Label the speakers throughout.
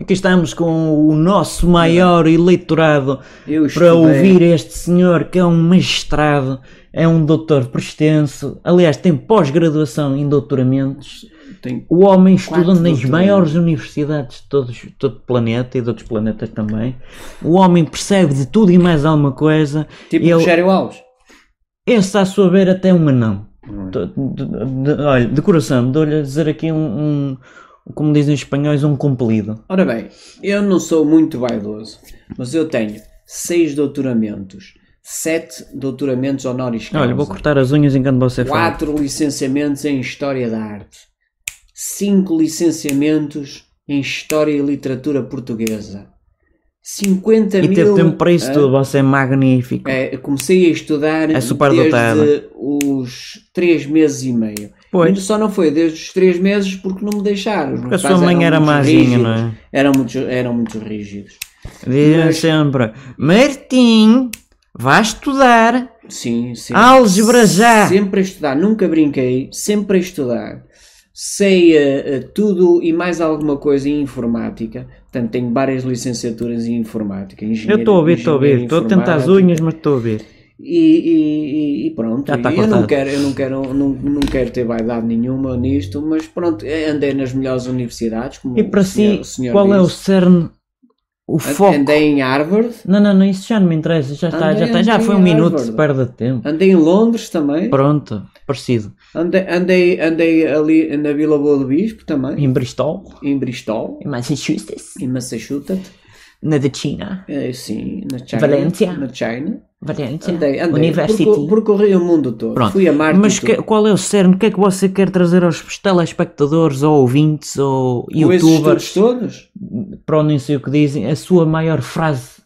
Speaker 1: Aqui estamos com o nosso maior eleitorado
Speaker 2: Eu
Speaker 1: para
Speaker 2: estudei-
Speaker 1: ouvir este senhor que é um mestrado, é um doutor prestenso, aliás, tem pós-graduação em doutoramentos.
Speaker 2: Tenho
Speaker 1: O homem estuda
Speaker 2: Quatro
Speaker 1: nas
Speaker 2: doutoramentos.
Speaker 1: maiores universidades de todos, todo o planeta e de outros planetas também. O homem percebe de tudo e mais alguma coisa.
Speaker 2: Tipo
Speaker 1: Ele-
Speaker 2: Rogério Alves.
Speaker 1: Esse, à sua beira, até um anão. De, de- de- olha, de coração, dou-lhe a dizer aqui um, um- como dizem os espanhóis, um compelido.
Speaker 2: Ora bem, eu não sou muito vaidoso, mas eu tenho seis doutoramentos, sete doutoramentos honoris causa,
Speaker 1: Olha, vou cortar as unhas enquanto você fala.
Speaker 2: quatro licenciamentos em História da Arte, cinco licenciamentos em História e Literatura Portuguesa, 50
Speaker 1: E
Speaker 2: mil...
Speaker 1: teve tempo para isso
Speaker 2: Ah,
Speaker 1: tudo, você é magnífico.
Speaker 2: é, eu comecei a estudar
Speaker 1: É superdotado.
Speaker 2: desde os três meses e meio.
Speaker 1: pois,
Speaker 2: Só não foi desde os três meses porque não é? me deixaram.
Speaker 1: porque a sua mãe era mazinha, não é?
Speaker 2: Eram muito, eram muito rígidos.
Speaker 1: Dizem
Speaker 2: Mas-
Speaker 1: sempre: Martim, vá estudar.
Speaker 2: Sim, sim.
Speaker 1: Álgebra já!
Speaker 2: Sempre a estudar, nunca brinquei, sempre a estudar. Sei eh, eh, tudo e mais alguma coisa em informática. Portanto, tenho várias licenciaturas em informática.
Speaker 1: Eu estou a ouvir, estou a ouvir. Estou a tentar as unhas, mas estou a ouvir.
Speaker 2: E, e- e- e pronto,
Speaker 1: Já está
Speaker 2: eu
Speaker 1: cortado.
Speaker 2: não quero, eu não quero, não, não quero ter vaidade nenhuma nisto, mas pronto, eh, andei nas melhores universidades. Como
Speaker 1: E para
Speaker 2: o
Speaker 1: si,
Speaker 2: senhor- o senhor
Speaker 1: qual é o
Speaker 2: disse.
Speaker 1: cerne, o foco?
Speaker 2: Andei em Harvard,
Speaker 1: Não, não, não, isso já não me interessa. Já está,
Speaker 2: Andei-
Speaker 1: já está. Já
Speaker 2: andei
Speaker 1: foi um
Speaker 2: em
Speaker 1: minuto,
Speaker 2: Harvard.
Speaker 1: se perde de tempo.
Speaker 2: andei em Londres também,
Speaker 1: Pronto, parecido.
Speaker 2: andei, andei, andei ali na Vila Boa do Bispo também,
Speaker 1: Em Bristol,
Speaker 2: em Bristol,
Speaker 1: em Massachusetts,
Speaker 2: em Massachusetts,
Speaker 1: na da China,
Speaker 2: eh, sim, na China.
Speaker 1: Valência.
Speaker 2: Na China.
Speaker 1: Valência,
Speaker 2: Andei, andei,
Speaker 1: University.
Speaker 2: perco- percorri o mundo todo,
Speaker 1: Pronto,
Speaker 2: fui a Marte
Speaker 1: Mas
Speaker 2: e
Speaker 1: que-
Speaker 2: tudo.
Speaker 1: qual é o cerne? O que é que você quer trazer aos telespectadores, ou ouvintes, ou
Speaker 2: Com esses
Speaker 1: youtubers?
Speaker 2: estudos todos?
Speaker 1: Para onde não sei o que dizem, a sua maior frase.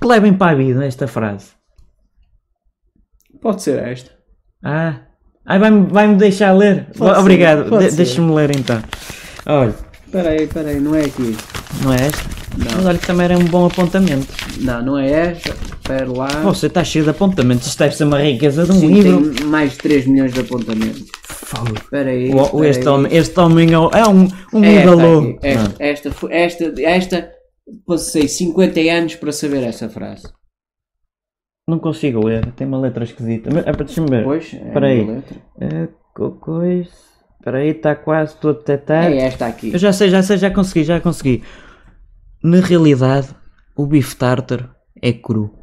Speaker 1: Que levem para a vida esta frase.
Speaker 2: Pode ser esta.
Speaker 1: Ah, ai, vai-me vai -me deixar ler?
Speaker 2: Pode ser,
Speaker 1: Obrigado,
Speaker 2: pode
Speaker 1: De-
Speaker 2: ser.
Speaker 1: deixa-me ler então. Olha,
Speaker 2: Espera aí, espera aí, não é aqui.
Speaker 1: não é esta?
Speaker 2: Não.
Speaker 1: Mas olha que também era um bom apontamento.
Speaker 2: Não, não é esta. Espera lá.
Speaker 1: Você está cheio de apontamentos, isto deve ser uma riqueza de um
Speaker 2: Ah. Sim,
Speaker 1: livro.
Speaker 2: tem mais de 3 milhões de apontamentos.
Speaker 1: Fogo.
Speaker 2: Espera aí.
Speaker 1: O- o-
Speaker 2: espera
Speaker 1: este,
Speaker 2: aí.
Speaker 1: homem, este homem é um- é um, um Ah.
Speaker 2: É esta
Speaker 1: galo.
Speaker 2: aqui, Esta, esta, foi- esta, esta, passei 50 anos para saber essa frase.
Speaker 1: Não consigo ler, tem uma letra esquisita. Mas, ah, Deixa-me ver.
Speaker 2: Pois, é
Speaker 1: Espera aí.
Speaker 2: uma letra.
Speaker 1: É, co- coisa. Espera aí, está quase estou a detectar.
Speaker 2: É esta aqui.
Speaker 1: Eu já sei, já sei, já consegui, já consegui. Na realidade, o bife tártaro é cru.